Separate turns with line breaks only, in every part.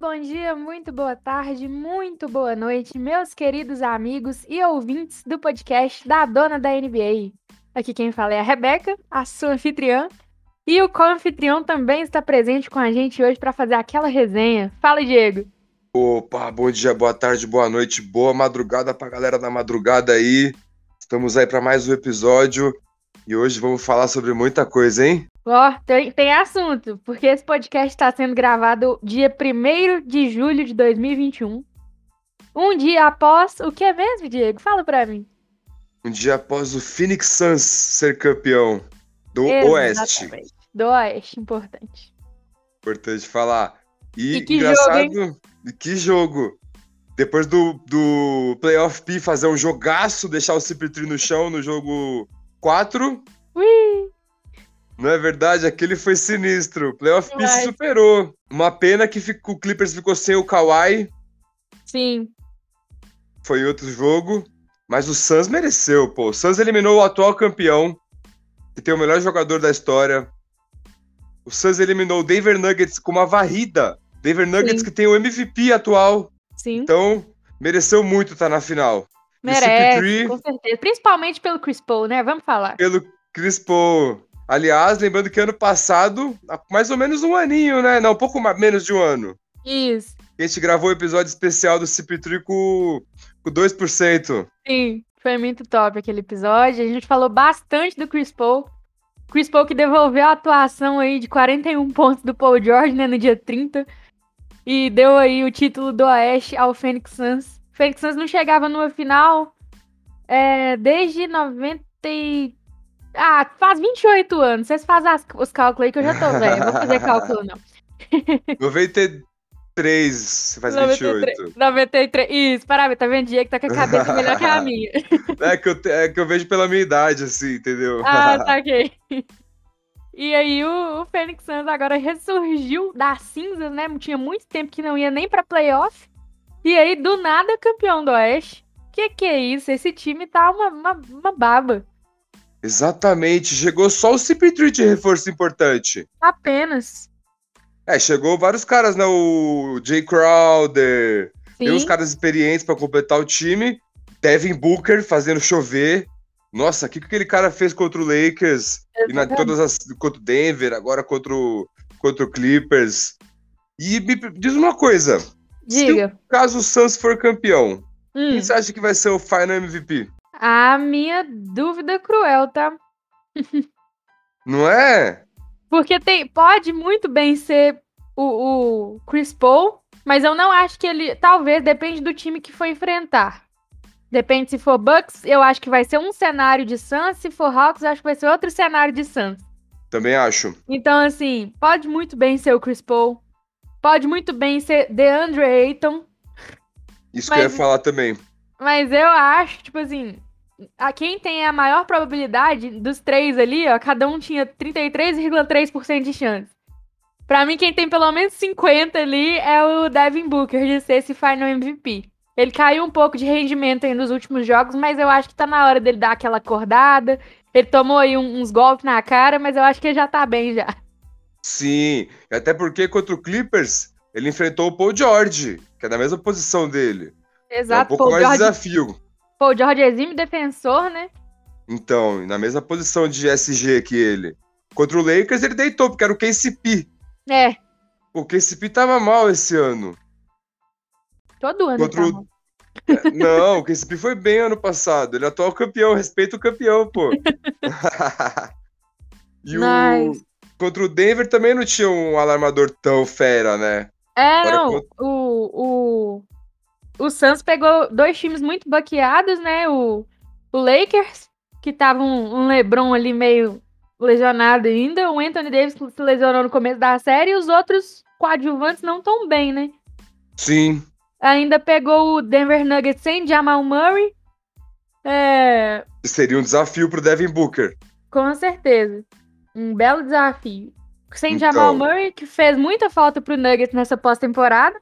Bom dia, muito boa tarde, muito boa noite, meus queridos amigos e ouvintes do podcast da Dona da NBA. Aqui quem fala é a Rebeca, a sua anfitriã, e o co-anfitrião também está presente com a gente hoje para fazer aquela resenha. Fala, Diego!
Opa, bom dia, boa tarde, boa noite, boa madrugada pra galera da madrugada aí. Estamos aí para mais um episódio e hoje vamos falar sobre muita coisa, hein?
Ó, tem, tem assunto, porque esse podcast está sendo gravado dia 1 de julho de 2021. Um dia após o que é mesmo, Diego? Fala pra mim.
Um dia após o Phoenix Suns ser campeão do Oeste.
Exatamente. Do Oeste, importante.
Importante falar. E,
E que jogo,
engraçado, e que jogo. Depois do, do Playoff P fazer um jogaço, deixar o Cipitri no chão no jogo 4.
Ui!
Não é verdade? Aquele foi sinistro. Playoff P
Uai.
se superou. Uma pena que ficou- o Clippers ficou sem o Kawhi.
Sim,
Foi outro jogo. Mas o Suns mereceu, pô. O Suns eliminou o atual campeão, que tem o melhor jogador da história. O Suns eliminou o Denver Nuggets com uma varrida. Denver Nuggets
Sim.
que tem o MVP atual.
sim.
Então, mereceu muito estar na final. e o
merece,
CP3?
com certeza. Principalmente pelo Chris Paul, né? Vamos falar.
Pelo Chris Paul. Aliás, lembrando que ano passado, há mais ou menos um aninho, né? Não, um pouco ma- menos de um ano.
Isso,
A gente gravou o episódio especial do Cipitri com, com 2%.
sim. Foi muito top aquele episódio. A gente falou bastante do Chris Paul. Chris Paul que devolveu a atuação aí de 41 pontos do Paul George, né, no dia 30. E deu aí o título do Oeste ao Phoenix Suns. O Phoenix Suns não chegava numa final é, desde 90 e... Ah, faz 28 anos. Vocês fazem as- os cálculos aí que eu já tô velho. Não vou fazer cálculo, não.
93, faz 28.
93. Isso, parabéns. Tá vendo Diego que tá com a cabeça melhor que a minha.
É que, eu, te- é que eu vejo pela minha idade, assim, entendeu?
Ah, saquei. E aí o, o Phoenix Suns agora ressurgiu das cinzas, né? Tinha muito tempo que não ia nem pra playoff. E aí, do nada, é campeão do Oeste. Que que é isso? Esse time tá uma, uma, uma baba.
Exatamente, chegou só o Cipitri de reforço importante.
Apenas.
É, chegou vários caras, né? O Jay Crowder,
Sim,
Tem uns caras experientes pra completar o time. Devin Booker fazendo chover. Nossa, o que, que aquele cara fez contra o Lakers? E na,
exatamente.
todas as, contra o Denver, agora contra o, contra o Clippers. E me p- diz uma coisa:
Diga.
caso o é Suns for campeão,
Hum,
quem você acha que vai ser o final MVP?
a minha dúvida cruel, tá?
Não é?
Porque tem, pode muito bem ser o, o Chris Paul, mas eu não acho que ele. Talvez, depende do time que for enfrentar. Depende se for Bucks, eu acho que vai ser um cenário de Suns. Se for Hawks, eu acho que vai ser outro cenário de Suns.
Também acho.
Então, assim, pode muito bem ser o Chris Paul. Pode muito bem ser DeAndre Ayton.
Isso que eu
Mas-
ia falar também.
Mas eu acho, tipo assim, a quem tem a maior probabilidade dos três ali, ó, cada um tinha 33,3% de chance. Pra mim, quem tem pelo menos 50 ali é o Devin Booker de ser esse final MVP. Ele caiu um pouco de rendimento aí nos últimos jogos, mas eu acho que tá na hora dele dar aquela acordada. Ele tomou aí um- uns golpes na cara, mas eu acho que ele já tá bem já.
Sim, e até porque contra o Clippers, ele enfrentou o Paul George, que é da mesma posição dele. É um
Exato.
pouco
Paul
mais de
George,
desafio.
Paul George é exímio defensor, né?
Então, e na mesma posição de SG que ele. Contra o Lakers, ele deitou, porque era o KCP.
É,
O KCP tava mal esse ano.
todo ano.
Contra o-
tá, mano.
É, Não, o KCP foi bem ano passado. Ele é atual campeão, respeita o campeão, pô. e o...
Nice.
Contra o Denver também não tinha um alarmador tão fera, né?
É,
Agora
não. O, o, o Suns pegou dois times muito baqueados, né? O, o Lakers, que tava um, um LeBron ali meio lesionado ainda. O Anthony Davis que se lesionou no começo da série. E os outros coadjuvantes não tão bem, né?
Sim,
Ainda pegou o Denver Nuggets sem Jamal Murray. É,
seria um desafio pro Devin Booker.
com certeza. Um belo desafio. Sem
Então.
Jamal Murray, que fez muita falta pro Nuggets nessa pós-temporada.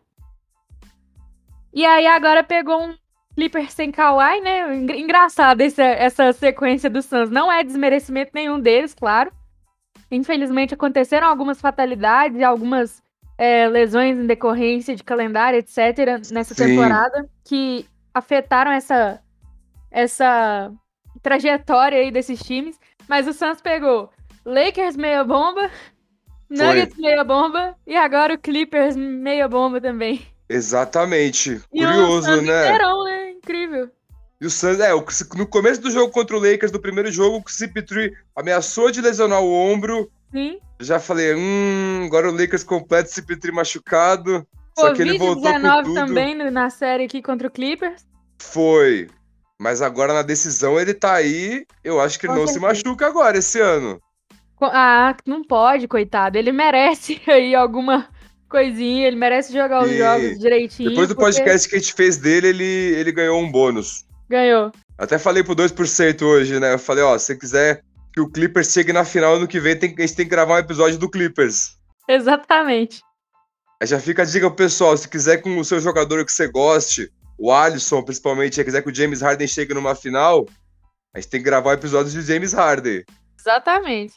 E aí agora pegou um Clippers sem Kawhi, né? Engra- Engraçado essa, essa sequência do Suns. Não é desmerecimento nenhum deles, claro. Infelizmente aconteceram algumas fatalidades e algumas é, lesões em decorrência de calendário, etc., nessa
Sim.
temporada, que afetaram essa, essa trajetória aí desses times. Mas o Santos pegou Lakers meia bomba, Nuggets meia bomba e agora o Clippers meia bomba também.
Exatamente.
E o
Curioso,
Santos
né?
Inteirão, né? Incrível.
E o Suns, é, o- no começo do jogo contra o Lakers, do primeiro jogo, o CP3 ameaçou de lesionar o ombro.
Sim.
Já falei, hum, agora o Lakers completo, CP3 machucado. Só que ele voltou com
Covid-19
tudo.
também no- na série aqui contra o Clippers.
Foi. Mas agora na decisão ele tá aí. Eu acho que ele
Com
não
certeza.
se machuca agora esse ano.
Co- Ah, não pode, coitado. Ele merece aí alguma coisinha, ele merece jogar os
E
jogos direitinho.
Depois do
porque
podcast que a gente fez dele, ele, ele ganhou um bônus.
Ganhou.
Até falei pro 2% hoje, né? Eu falei, ó, se você quiser que o Clippers chegue na final ano que vem, tem, a gente tem que gravar um episódio do Clippers.
Exatamente.
Aí já fica a dica pro pessoal, se quiser com o seu jogador que você goste, o Alisson principalmente, se quiser que o James Harden chegue numa final, a gente tem que gravar episódios de James Harden.
Exatamente.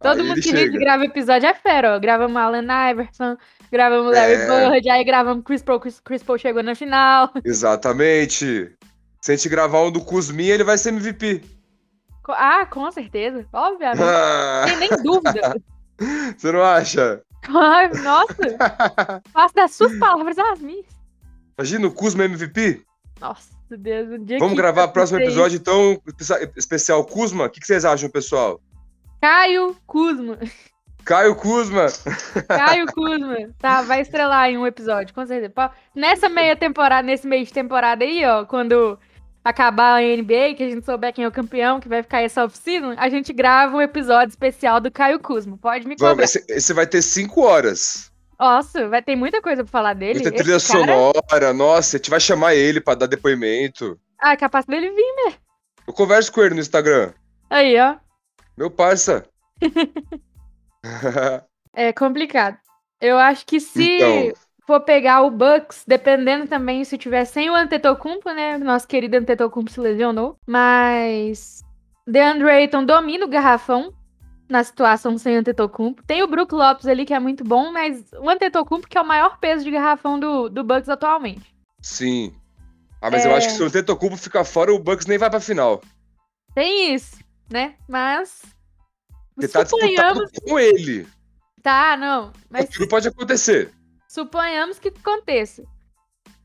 Todo
Aí
mundo
ele
que rende
chega.
grava episódio é fera, ó. Gravamos Alan Iverson, gravamos Larry
É.
Bird, aí gravamos Chris Paul, Chris, Chris Paul chegou na final.
Exatamente. Se a gente gravar um do Kuzminha, ele vai ser MVP.
Co- Ah, com certeza. Obviamente.
Ah,
Sem nem dúvida.
você não acha?
Ai, Nossa. Faço das suas palavras às minhas.
Imagina o Kuzma MVP?
Nossa, Deus, o dia
Vamos
que
gravar o próximo
acontecer isso.
episódio, então, espe- especial Kuzma? O que que vocês acham, pessoal?
Caio Kuzma.
Caio Kuzma!
Caio Kuzma. Tá, vai estrelar em um episódio, com certeza. Pa- Nessa meia temporada, nesse meio de temporada aí, ó, quando acabar a NBA, que a gente souber quem é o campeão, que vai ficar essa oficina, a gente grava um episódio especial do Caio Kuzma. Pode me
Vamos,
cobrar.
esse, esse vai ter cinco horas.
Nossa, vai ter muita coisa pra falar dele.
Muita
Esse
trilha
cara-
sonora, nossa, a gente vai chamar ele pra dar depoimento.
Ah, é capaz dele vir.
Eu converso com ele no Instagram.
Aí, ó.
Meu parça.
É complicado. Eu acho que se
Então.
for pegar o Bucks, dependendo também se tiver sem o Antetokounmpo, né? Nosso querido Antetokounmpo se lesionou, mas DeAndre Ayton domina o garrafão na situação sem Antetokounmpo. Tem o Brook Lopes ali que é muito bom, mas o Antetokounmpo que é o maior peso de garrafão do, do Bucks atualmente.
Sim. Ah, mas eu
É.
acho que se o Antetokounmpo ficar fora, o Bucks nem vai pra final.
Tem isso, né? Mas
Porque tá disputado
suponhamos,
com ele. É
tá, não, mas
Tudo pode acontecer.
suponhamos que aconteça.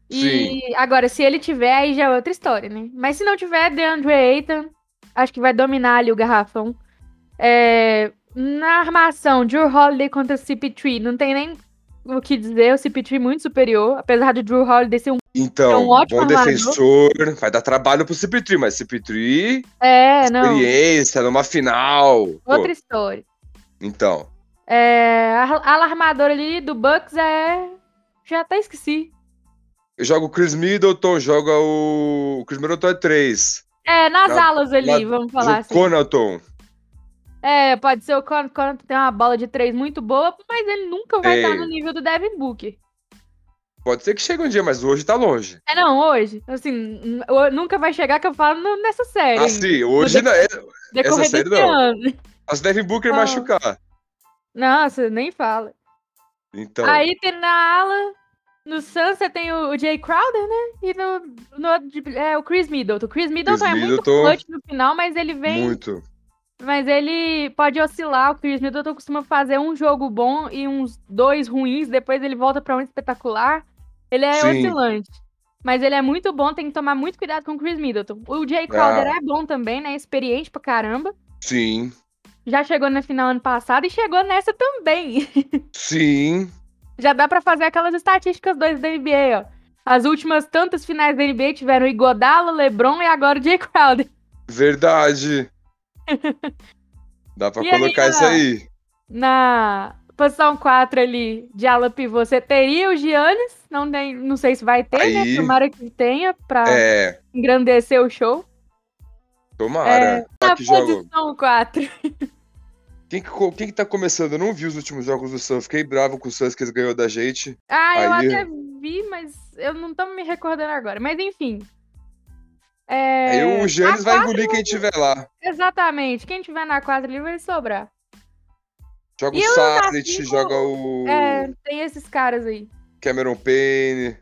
E agora, se ele tiver, aí já é outra história, né? Mas se não tiver, DeAndre Ayton, acho que vai dominar ali o garrafão. É, na armação, Drew Holiday contra CP3, não tem nem o que dizer, o CP3 é muito superior, apesar do Drew Holiday ser um...
Então,
É um ótimo
bom
armador.
defensor. Vai dar trabalho pro Cipitri, mas Cipitri,
É, não,
experiência, numa final. Pô,
outra história.
Então,
É, a alarmadora ali do Bucks é... Já até esqueci.
eu jogo o Chris Middleton, joga o. O Chris Middleton é 3.
É, nas
Na-
alas ali,
na-
vamos falar
O
assim.
Conaton.
É, pode ser o Conan, Conan tem uma bola de três muito boa, mas ele nunca vai
Ei.
estar no nível do Devin Booker.
Pode ser que chegue um dia, mas hoje tá longe.
É não, hoje. Assim, n- o- nunca vai chegar que eu falo no- nessa série.
Ah, sim, hoje não é.
decorrer
essa série
desse
não.
ano.
Mas Devin Booker
Ah.
machucar.
Nossa, nem fala.
Então,
Aí tem na ala, no Suns você tem o, o Jay Crowder, né? E no, no outro de- é o Chris Middleton. O Chris Middleton é
Middleton.
muito clutch no final, mas ele vem...
muito.
Mas ele pode oscilar. O Chris Middleton costuma fazer um jogo bom e uns dois ruins, depois ele volta pra um espetacular. Ele é
Sim.
oscilante. Mas ele é muito bom, tem que tomar muito cuidado com o Chris Middleton. O Jay Crowder é bom também, né? Experiente pra caramba.
Sim,
Já chegou na final ano passado e chegou nessa também.
sim.
Já dá pra fazer aquelas estatísticas dois da NBA, ó. As últimas tantas finais da NBA tiveram o Igodala, LeBron e agora o Jay Crowder.
Verdade. Dá pra
E aí,
colocar isso
ó?
aí.
na posição 4 ali de ala pivô, você teria o Giannis, não, tem, não sei se vai ter,
Aí.
né? Tomara que tenha pra
É,
engrandecer o show.
tomara. Tá,
Na
que jogo.
posição 4.
Quem que, co- quem que tá começando? Eu não vi os últimos jogos do Suns. Fiquei bravo com o Suns que eles ganhou da gente.
Ah, eu
Aí.
até vi, mas eu não tô me recordando agora. Mas enfim. É, um.
aí o
na
Giannis vai
quadra-
engolir quem tiver lá.
Exatamente. Quem tiver na quadra ali vai sobrar.
Joga
E
o
eu não
Saric,
nasci com-
joga o
É, tem esses caras aí.
Cameron Payne.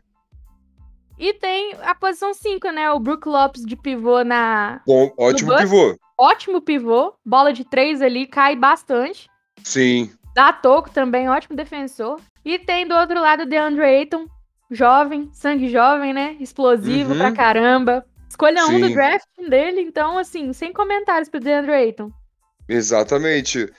E tem a posição 5, né? O Brook Lopes de pivô na.
Bom, ótimo
Bucks?
pivô.
Ótimo pivô. Bola de três ali, cai bastante.
Sim.
Dá toco também, ótimo defensor. E tem do outro lado o DeAndre Ayton, jovem, sangue jovem, né? Explosivo
Uhum.
pra caramba. Escolha um do
Sim.
draft dele, então, assim, sem comentários pro DeAndre Ayton.
Exatamente.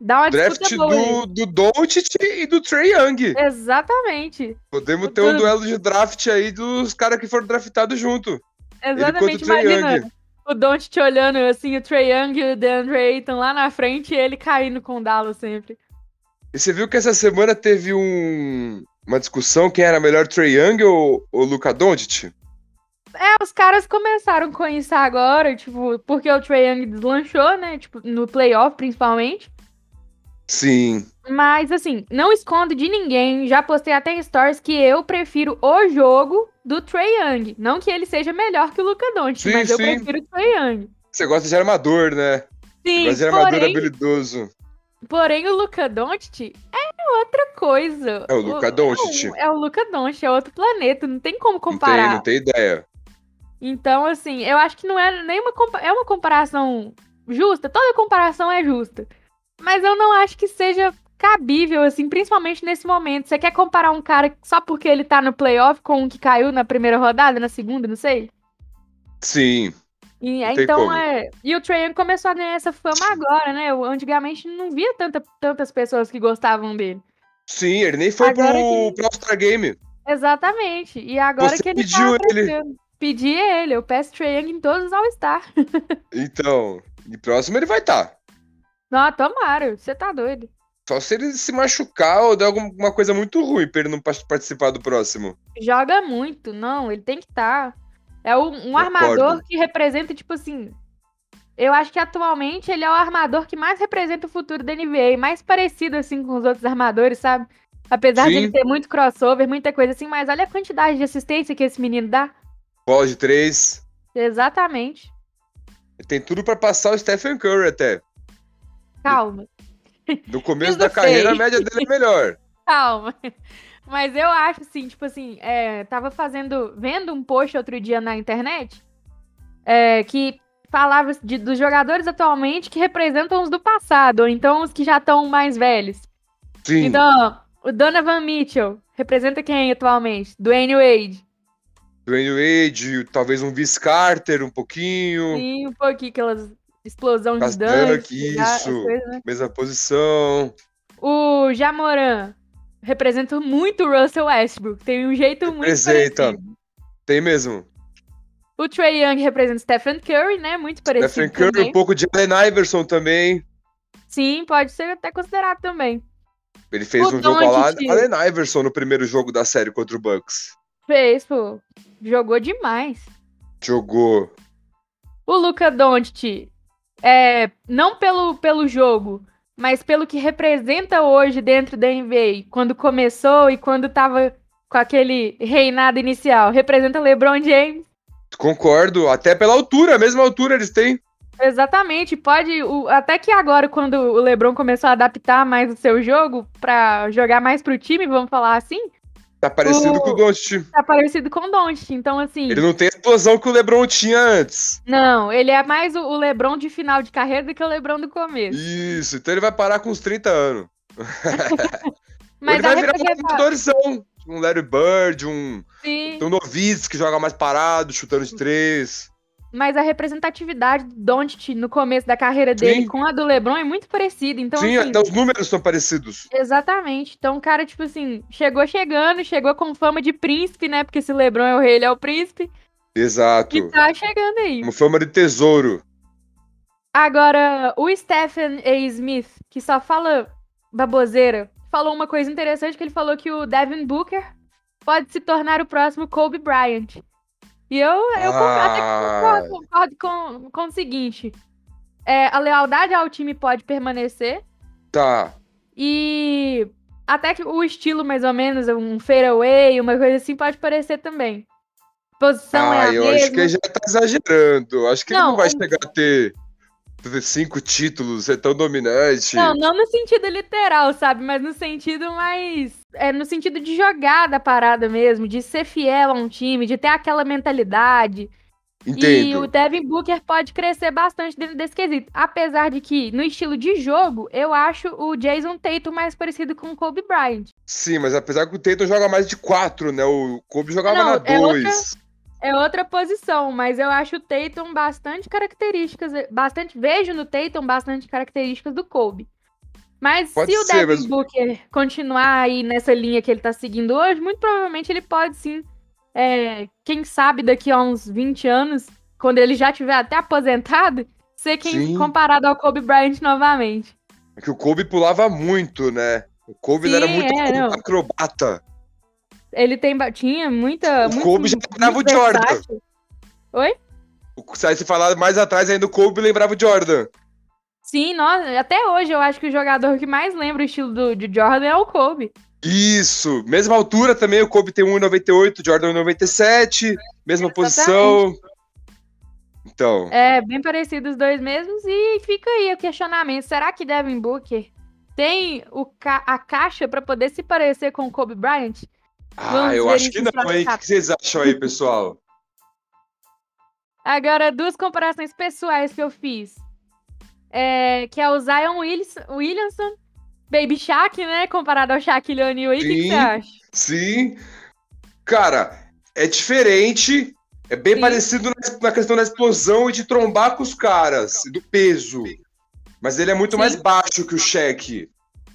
Dá uma
Draft
disputa é boa. ali.
do, do Doncic e do Trey Young.
Exatamente.
Podemos
do-
ter um duelo de draft aí dos caras que foram draftados junto.
Exatamente.
o Trae
Imagina
Young.
o Don't te olhando, assim, o Trae Young e o DeAndre Ayton lá na frente e ele caindo com o Dallas sempre.
E você viu que essa semana teve um, uma discussão quem era melhor, Trey Young ou, ou Luca Doncic?
É, os caras começaram com isso agora, tipo, porque o Trae Young deslanchou, né? Tipo, no playoff, principalmente.
Sim.
Mas, assim, não escondo de ninguém. Já postei até em stories que eu prefiro o jogo do Trae Young. Não que ele seja melhor que o Luca Doncic,
Sim,
mas eu
sim.
prefiro o Trae Young.
Você gosta de armador, né?
Sim,
Gosta de armador
porém,
habilidoso.
porém o Luca Doncic é outra coisa.
É o Luka Doncic.
É, o- é o Luca Doncic, é outro planeta. Não tem como
Não tem,
comparar.
não tem ideia.
Então, assim, eu acho que não é nenhuma compa- é uma comparação justa, toda comparação é justa. Mas eu não acho que seja cabível assim, principalmente nesse momento. Você quer comparar um cara só porque ele tá no playoff com um que caiu na primeira rodada, na segunda, não sei?
Sim.
E,
Não tem
então
como.
é, e o Trae Young começou a ganhar essa fama agora, né? Eu antigamente não via tanta, tantas pessoas que gostavam dele.
Sim, ele nem foi pro,
Agora que-
pro All-Star Game.
Exatamente. E agora
Você
que ele
pediu
tá
ele.
aparecendo. Pedi ele, eu peço Trae Young em todos os All-Star.
Então, de próximo ele vai tá. estar.
Não, tomara, você tá doido.
Só se ele se machucar ou der alguma coisa muito ruim pra ele não pas- participar do próximo.
joga muito, não, ele tem que estar. É um, um
Concordo.
armador que representa, tipo assim. Eu acho que atualmente ele é o armador que mais representa o futuro da NBA, mais parecido assim com os outros armadores, sabe? Apesar de
Sim.
ele ter muito crossover, muita coisa assim, mas olha a quantidade de assistência que esse menino dá.
Bola de três.
Exatamente.
Ele tem tudo pra passar o Stephen Curry até.
Calma,
No começo
Eu
da
não
carreira,
sei.
a média dele é melhor.
calma. Mas eu acho assim, tipo assim, é, tava fazendo, vendo um post outro dia na internet é, que falava de- dos jogadores atualmente que representam os do passado, ou então os que já estão mais velhos.
Sim.
Então, o Donovan Mitchell representa quem atualmente? Dwayne Wade.
Dwayne Wade, talvez um Vince Carter um pouquinho.
Sim, um pouquinho aquelas explosão
As
de dunk.
dunk,
já, as
isso.
coisas, né?
Mesma posição.
O Jamoran representa muito o Russell Westbrook, tem um jeito muito
Representa.
parecido.
Tem mesmo.
O Trey Young representa Stephen Curry, né? Muito parecido
Stephen Curry,
também.
um pouco de Allen Iverson também.
Sim, pode ser até considerado também.
Ele fez
O
um jogo lá.
Doncic.
Allen Iverson no primeiro jogo da série contra o Bucks.
Fez, pô. Jogou demais.
Jogou.
o Luca Doncic é, não pelo, pelo jogo, mas pelo que representa hoje dentro da NBA, quando começou e quando tava com aquele reinado inicial, representa LeBron James.
Concordo. Até pela altura, a mesma altura eles têm.
Exatamente, pode o- até que agora quando o LeBron começou a adaptar mais o seu jogo pra jogar mais pro time, vamos falar assim,
Tá parecido
O-
com o Doncic.
tá parecido com o Doncic. Então assim,
Ele não tem a explosão que o LeBron tinha antes.
não, ele é mais o, o LeBron de final de carreira do que o LeBron do começo.
Isso, então ele vai parar com uns 30 anos. Ou
Mas
ele vai
a
virar um
representação,
competidorzão. Um Larry Bird, um,
sim.
um Novitz que joga mais parado, chutando de três.
Mas a representatividade do Doncic no começo da carreira dele
Sim.
com a do LeBron é muito parecida. Então,
Sim,
assim,
até né, os números são parecidos.
exatamente. Então, o cara, tipo assim, chegou chegando, chegou com fama de príncipe, né? Porque se LeBron é o rei, ele é o príncipe. E
Exato.
tá chegando aí.
Uma fama de tesouro.
Agora, o Stephen A. Smith, que só fala baboseira, falou uma coisa interessante que ele falou que o Devin Booker pode se tornar o próximo Kobe Bryant. E eu, eu con- até
Ah.
concordo, concordo com, com o seguinte. É, a lealdade ao time pode permanecer
Tá.
e até que o estilo, mais ou menos, um fadeaway, uma coisa assim, pode parecer também. Posição é
Ah,
a
eu
mesma.
acho que ele já tá exagerando. Acho que ele
Não,
não vai
um-
chegar a ter cinco títulos, é tão dominante.
Não, não no sentido literal, sabe? Mas no sentido mais. É no sentido de jogar da parada mesmo, de ser fiel a um time, de ter aquela mentalidade.
Entendo.
E o Devin Booker pode crescer bastante dentro desse quesito. Apesar de que, no estilo de jogo, eu acho o Jason Tatum mais parecido com o Kobe Bryant.
Sim, mas apesar que o Tatum joga mais de quatro, né? O Kobe jogava
Não,
na
é outra-
dois.
É outra posição, mas eu acho o Tatum bastante características, eh, bastante vejo no Tatum bastante características do Kobe. Mas
Pode
se o
ser,
Devin
mas-
Booker continuar aí nessa linha que ele tá seguindo hoje, muito provavelmente ele pode sim, é, quem sabe daqui a uns 20 anos, quando ele já tiver até aposentado, ser quem
Sim.
comparado ao Kobe Bryant novamente.
É que o Kobe pulava muito, né? O Kobe ele
Sim,
era muito
é, não.
acrobata.
Ele tem ba- tinha muita
O
muito-
Kobe já
muito
lembrava o Jordan.
versátil.
O- Se aí você falar mais atrás, ainda o Kobe lembrava o Jordan.
Sim, nossa, até hoje eu acho que o jogador que mais lembra o estilo do, de Jordan é o Kobe.
Isso! Mesma altura também, o Kobe tem 1,98, o Jordan 1,97, mesma
Exatamente.
posição. Então,
É, bem parecido os dois mesmos. E fica aí o questionamento: será que Devin Booker tem o ca- a caixa pra poder se parecer com o Kobe Bryant?
ah,
vamos
eu
ver
acho
isso
que
nos
não, hein? O que
classificados.
vocês acham aí, pessoal?
Agora, duas comparações pessoais que eu fiz: É, que é o Zion Willis- Williamson, Baby Shaq, né? Comparado ao Shaquille O'Neal aí, o que que
Sim.
você acha?
Sim. Cara, é diferente. É bem
Sim.
parecido na- na questão da explosão e de trombar com os caras, e do peso. Mas ele é muito
Sim.
mais baixo que o cheque.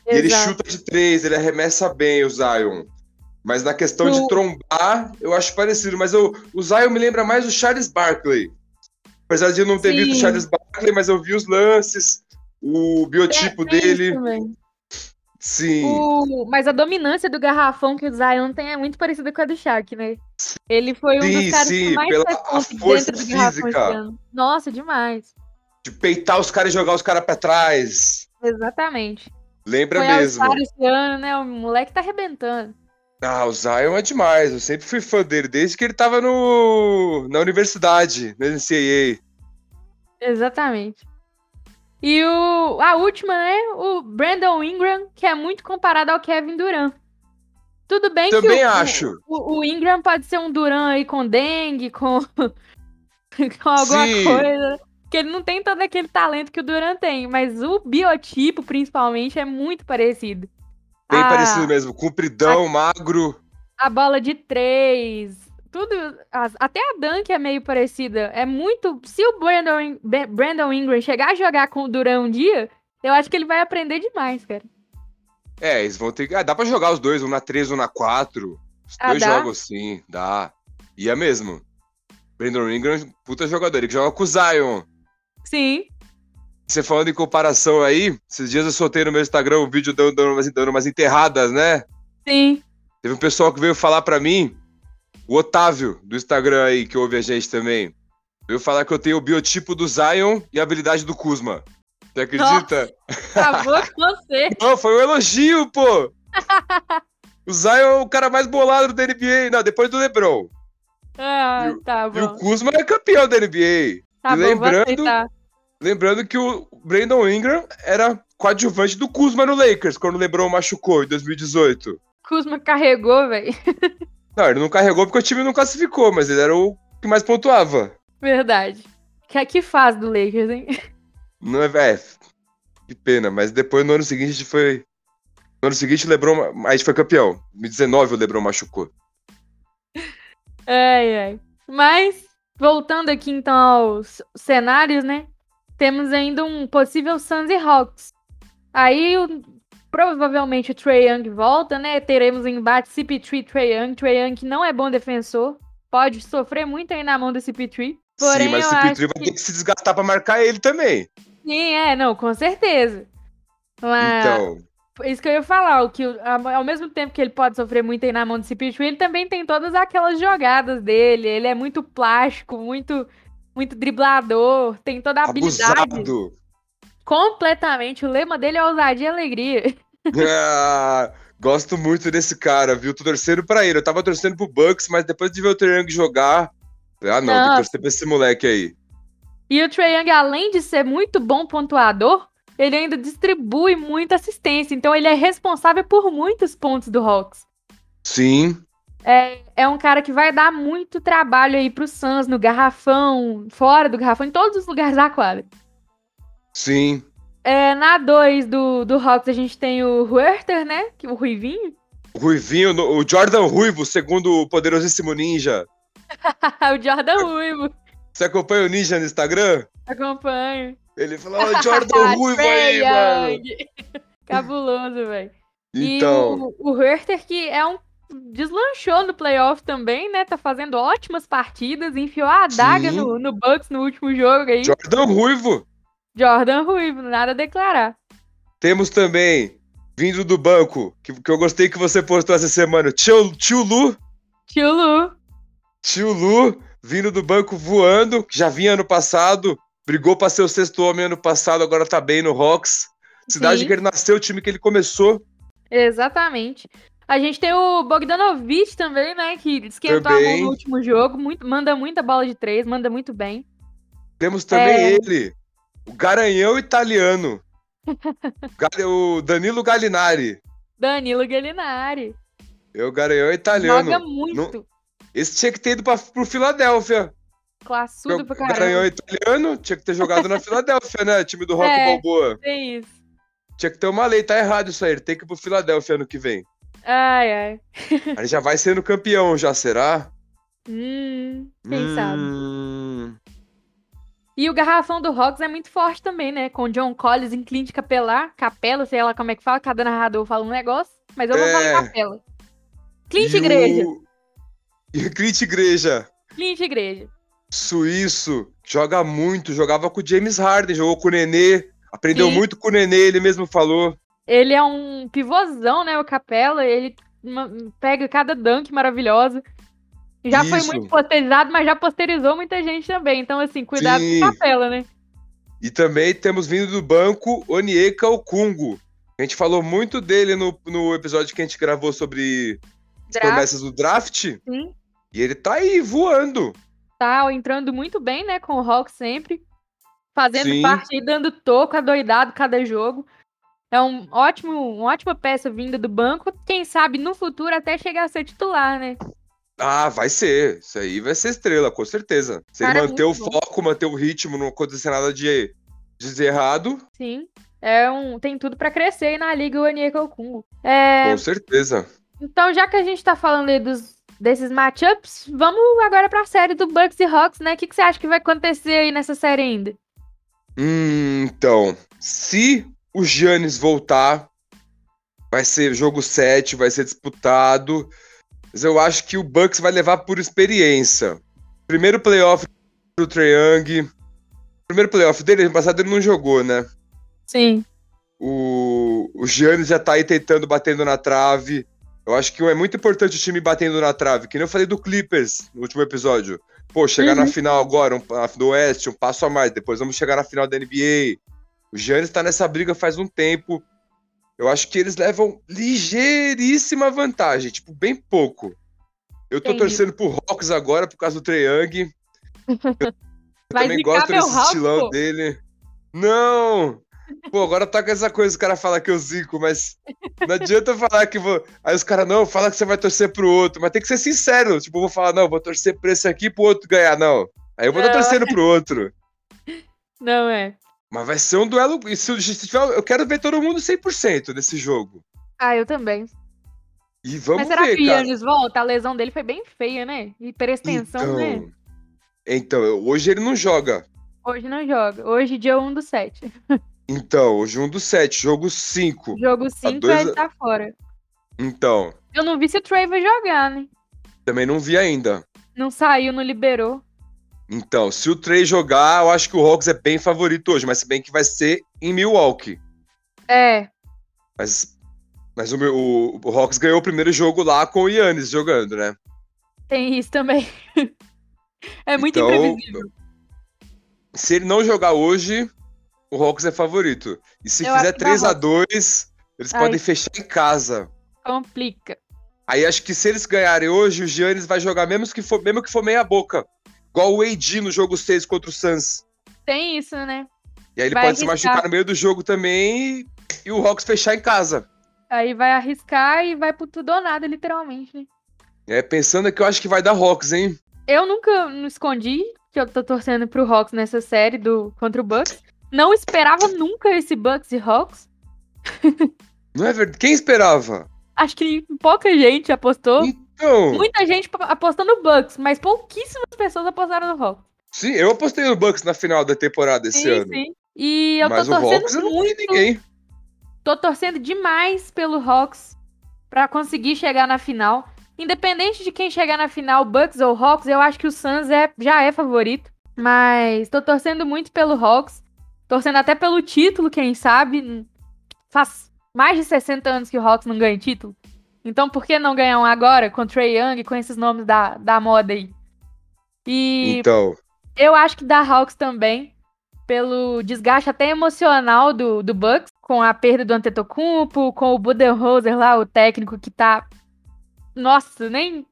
E ele
Exato.
chuta de três, ele arremessa bem o Zion. Mas na questão de
Tu-
trombar, eu acho parecido. Mas eu, o Zion me lembra mais o Charles Barkley. Apesar de eu não ter
Sim.
visto o Charles Barkley, mas eu vi os lances, o biotipo
Tem É, isso
dele.
também.
Sim.
O- Mas a dominância do garrafão que o Zion tem é muito parecida com a do Shaq, né? Ele foi um
Sim,
dos caras
sim,
que mais
pela-
faz
a
ponto
força
dentro do garrafão
física.
esse ano. Nossa, demais.
De peitar os caras e jogar os caras pra trás.
Exatamente.
Lembra
foi
mesmo.
All-Star esse ano, né? O moleque tá arrebentando.
Ah, o Zion é demais. Eu sempre fui fã dele, desde que ele tava no... na universidade, na NCAA.
Exatamente. E o... a última, né? O Brandon Ingram, que é muito comparado ao Kevin Durant. Tudo bem que
Também
o- o-
acho.
O, o Ingram pode ser um Duran aí com dengue, com, com alguma
Sim.
coisa. Porque ele não tem todo aquele talento que o Duran tem, mas o biotipo, principalmente, é muito parecido.
Bem
a,
parecido né? mesmo. Compridão,
Ah.
magro.
a bola de três, tudo. as- até a dunk é meio parecida. É muito. Se o Brandon, In- Be- Brandon Ingram chegar a jogar com o Duran um dia, eu acho que ele vai aprender demais, cara.
É, eles vão ter que. Ah, dá pra jogar os dois, um na 3, um na 4. Os
Ah,
dois
dá?
jogos sim, dá. E é mesmo. Brandon Ingram, é um puta jogador, ele que joga com o Zion.
Sim.
Você falando em comparação aí, esses dias eu soltei no meu Instagram um vídeo dando, dando, umas, dando umas enterradas, né?
Sim.
Teve um pessoal que veio falar pra mim, o Otávio, do Instagram aí, que ouve a gente também. Veio falar que eu tenho o biotipo do Zion e a habilidade do Kuzma. Você acredita?
Acabou Tá com você.
Não, foi um elogio, pô! O Zion é o cara mais bolado da NBA. Não, depois do LeBron.
Ah,
E o-
tá
E o
bom.
Kuzma é campeão da NBA.
Tá bom, vou
lembrando-
aceitar.
Lembrando que o Brandon Ingram era coadjuvante do Kuzma no Lakers, quando o LeBron machucou em 2018.
Kuzma carregou, velho.
Não, ele não carregou porque o time não classificou, mas ele era o que mais pontuava.
Verdade. Que, que faz do Lakers, hein?
Não é, é, que pena, mas depois no ano seguinte a gente foi. No ano seguinte o LeBron, ma- a gente foi campeão. Em 2019 o LeBron machucou.
Ai, ai. Mas, voltando aqui então aos cenários, né? Temos ainda um possível Suns e Hawks. Aí, o- provavelmente o Trae Young volta, né? Teremos o embate CP3 e Trae Young. Trae Young que não é bom defensor. Pode sofrer muito aí na mão do CP3. Porém,
Sim, mas
eu
o
acho
Cipitri vai ter que se desgastar pra marcar ele também.
Sim, é, não, com certeza. Mas...
Então.
Isso que eu ia falar, o que o- a- ao mesmo tempo que ele pode sofrer muito aí na mão do Cipitri, ele também tem todas aquelas jogadas dele. Ele é muito plástico, muito muito driblador, tem toda a habilidade.
Abusado.
Completamente. O lema dele é ousadia e alegria.
Ah, gosto muito desse cara, viu? Tô torcendo pra ele. Eu tava torcendo pro Bucks, mas depois de ver o Triangle jogar. falei, Ah, não, tem
Não.
que torcer pra esse moleque aí.
E o Trae Young, além de ser muito bom pontuador, ele ainda distribui muita assistência. Então ele é responsável por muitos pontos do Hawks.
Sim.
É, é um cara que vai dar muito trabalho aí pro Suns, no garrafão, fora do garrafão, em todos os lugares da quadra.
Sim.
É, na 2 do, do Hawks a gente tem o Huerter, né? O Ruivinho.
O Ruivinho, no- o Jordan Ruivo, segundo o poderosíssimo Ninja.
o Jordan Ruivo.
Você acompanha o Ninja no Instagram?
Acompanho.
Ele falou, ó, Jordan Ruivo
Trae
aí, mano.
Young. Cabuloso, velho.
Então,
E o, o Herter, que é um. Deslanchou no playoff também, né? Tá fazendo ótimas partidas, enfiou a adaga
Sim.
no, no Bucks no último jogo aí.
Jordan Ruivo.
Jordan Ruivo, nada a declarar.
Temos também, vindo do banco, que, que eu gostei que você postou essa semana, tio, tio Lu.
Tio Lu,
Tio Lu, vindo do banco voando, que já vinha ano passado, brigou pra ser o sexto homem ano passado, agora tá bem no Hawks. Cidade
Sim.
que ele nasceu, o time que ele começou.
exatamente. A gente tem o Bogdanovic também, né? Que esquentou a mão
Também.
no último jogo, muito- manda muita bola de três, manda muito bem.
Temos também
É.
ele, o garanhão italiano. Gal- o Danilo Gallinari.
Danilo Gallinari,
É o garanhão italiano.
joga muito,
Esse tinha que ter ido pra, pro Filadélfia.
classudo pra
o garanhão
caramba.
italiano tinha que ter jogado na Filadélfia, né? Time do Rock
É.
Balboa.
Tem isso.
Tinha que ter uma lei, tá errado isso aí. Ele tem que ir pro Filadélfia ano que vem.
Ai, ai.
Aí já vai sendo campeão, já será?
Hum, quem sabe?
Hum,
E o garrafão do Hawks é muito forte também, né? Com John Collins em Clint Capela, Capela, sei lá como é que fala, cada narrador fala um negócio, mas eu vou
É.
falar Capela. Clint
e
Igreja,
O... E o Clint Igreja,
Clint Igreja.
suíço, joga muito, jogava com o James Harden, jogou com o Nenê, aprendeu
Sim.
muito com o Nenê, ele mesmo falou.
Ele é um pivôzão, né? O Capela, ele ma- pega cada dunk maravilhosa. Já foi
Isso.
muito posterizado, mas já posterizou muita gente também. Então, assim, cuidado
Sim.
com o Capela, né?
E também temos vindo do banco Onieka Okungo. A gente falou muito dele no, no episódio que a gente gravou sobre as
Draft,
promessas do draft.
Sim.
E ele tá aí voando.
tá entrando muito bem, né? Com o Hawks sempre. Fazendo
Sim.
parte e dando toco, adoidado cada jogo. É um ótimo, uma ótima peça vinda do banco. Quem sabe no futuro até chegar a ser titular, né?
Ah, vai ser. Isso aí vai ser estrela, com certeza. Se ele
Cara,
manter o
muito bom.
foco, manter o ritmo, não acontecer nada de, de errado,
Sim. É um, tem tudo pra crescer aí na Liga Onyeka Okungo. É,
Com certeza.
então, já que a gente tá falando aí dos, desses matchups, vamos agora pra série do Bucks e Hawks, né? O que, que você acha que vai acontecer aí nessa série ainda?
Hum, então, se o Giannis voltar, vai ser jogo 7, vai ser disputado. Mas eu acho que o Bucks vai levar por experiência. Primeiro playoff do Trae Young. Primeiro playoff dele, ano passado ele não jogou, né?
Sim.
O, o Giannis já tá aí tentando, batendo na trave. Eu acho que é muito importante o time batendo na trave. Que nem eu falei do Clippers no último episódio. Pô, chegar na final agora, um, pa- do Oeste, um passo a mais. Depois vamos chegar na final da NBA. O Giannis tá nessa briga faz um tempo. Eu acho que eles levam ligeiríssima vantagem, tipo, bem pouco. Eu tô
Entendi.
torcendo pro Hawks agora, por causa do Trae Young. Eu também
zicar
gosto
meu
desse
Hawks,
estilão
é pô.
dele. Não! Pô, agora tá com essa coisa, o cara fala que eu zico, mas não adianta eu falar que vou. Aí os caras, não, fala que você vai torcer pro outro, mas tem que ser sincero. Tipo, eu vou falar, não, vou torcer pra esse aqui pro outro ganhar, não. Aí eu vou estar
Não.
torcendo pro outro.
Não é.
Mas vai ser um duelo. e Se, se tiver, eu quero ver todo mundo 100% nesse jogo.
Ah, eu também.
E vamos
Mas será
ver,
que o
cara.
Yannis volta? A lesão dele foi bem feia, né? Hiperextensão, né?
Então, então, eu- hoje ele não joga.
Hoje não joga. Hoje, dia 1 do 7.
Então, hoje um do 7, jogo 5.
Jogo 5
dois
ele
a-
tá fora.
Então,
Eu não vi se o Trey vai jogar, né?
também não vi ainda.
Não saiu, não liberou.
Então, se o Trey jogar, eu acho que o Hawks é bem favorito hoje, mas se bem que vai ser em Milwaukee.
É,
Mas, mas o, meu- o- o Hawks ganhou o primeiro jogo lá com o Yannis jogando, né?
tem isso também. é muito
Então,
imprevisível.
Se ele não jogar hoje, o Hawks é favorito. E se
Eu
fizer
acho que dá
3 a 2 eles
Ai.
podem fechar em casa.
Complica.
Aí acho que se eles ganharem hoje, o Giannis vai jogar mesmo que for, mesmo que for meia boca. Igual o AD no jogo 6 contra o Suns.
Tem isso, né?
E aí ele
Vai
pode se
arriscar.
machucar no meio do jogo também e, e o Hawks fechar em casa.
Aí vai arriscar e vai pro tudo ou nada, literalmente, né?
É, pensando que eu acho que vai dar Hawks, hein?
Eu nunca me escondi que eu tô torcendo pro Hawks nessa série do contra o Bucks. Não esperava nunca esse Bucks e Hawks.
Não é verdade? Quem esperava?
Acho que pouca gente apostou.
Então,
Muita gente apostou no Bucks, mas pouquíssimas pessoas apostaram no Hawks.
sim, eu apostei no Bucks na final da temporada esse ano.
sim. E eu
Mas o
tô
Hawks é um eu
torcendo
não vi
muito.
ninguém.
Tô torcendo demais pelo Hawks pra conseguir chegar na final. Independente de quem chegar na final, Bucks ou Hawks, eu acho que o Suns é, já é favorito. Mas tô torcendo muito pelo Hawks. Torcendo até pelo título, quem sabe. Faz mais de 60 anos que o Hawks não ganha título. Então por que não ganhar um agora com o Trey Young, com esses nomes da, da moda aí? E
Então,
eu acho que da Hawks também, pelo desgaste até emocional do, do Bucks, com a perda do Antetokounmpo, com o Budenholzer lá, o técnico que tá... Nossa, nem...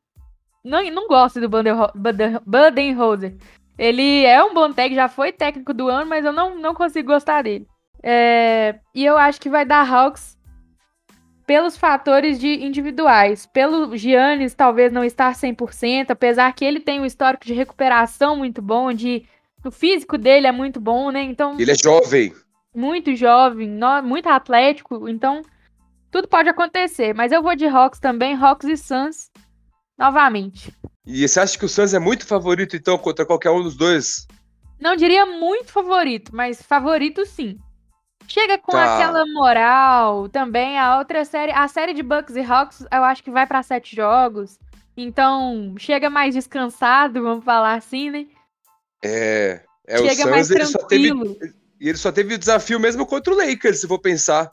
Não, não gosto do Budenho- Buden- Budenholzer. Ele é um bom técnico, já foi técnico do ano, mas eu não, não consigo gostar dele. É, e eu acho que vai dar Hawks pelos fatores de individuais. Pelo Giannis talvez não estar 100%, apesar que ele tem um histórico de recuperação muito bom, de o físico dele é muito bom, né? Então,
ele é jovem.
muito jovem, no- muito atlético, então tudo pode acontecer. Mas eu vou de Hawks também, Hawks e Suns novamente.
E você acha que o Suns é muito favorito, então, contra qualquer um dos dois?
Não diria muito favorito, mas favorito sim. Chega com
Tá.
aquela moral também. A outra série, a série de Bucks e Hawks, eu acho que vai pra sete jogos. Então, chega mais descansado, vamos falar assim, né?
É. É o
chega mais
Suns, ele só teve
tranquilo.
E ele só teve o desafio mesmo contra o Lakers, se for pensar.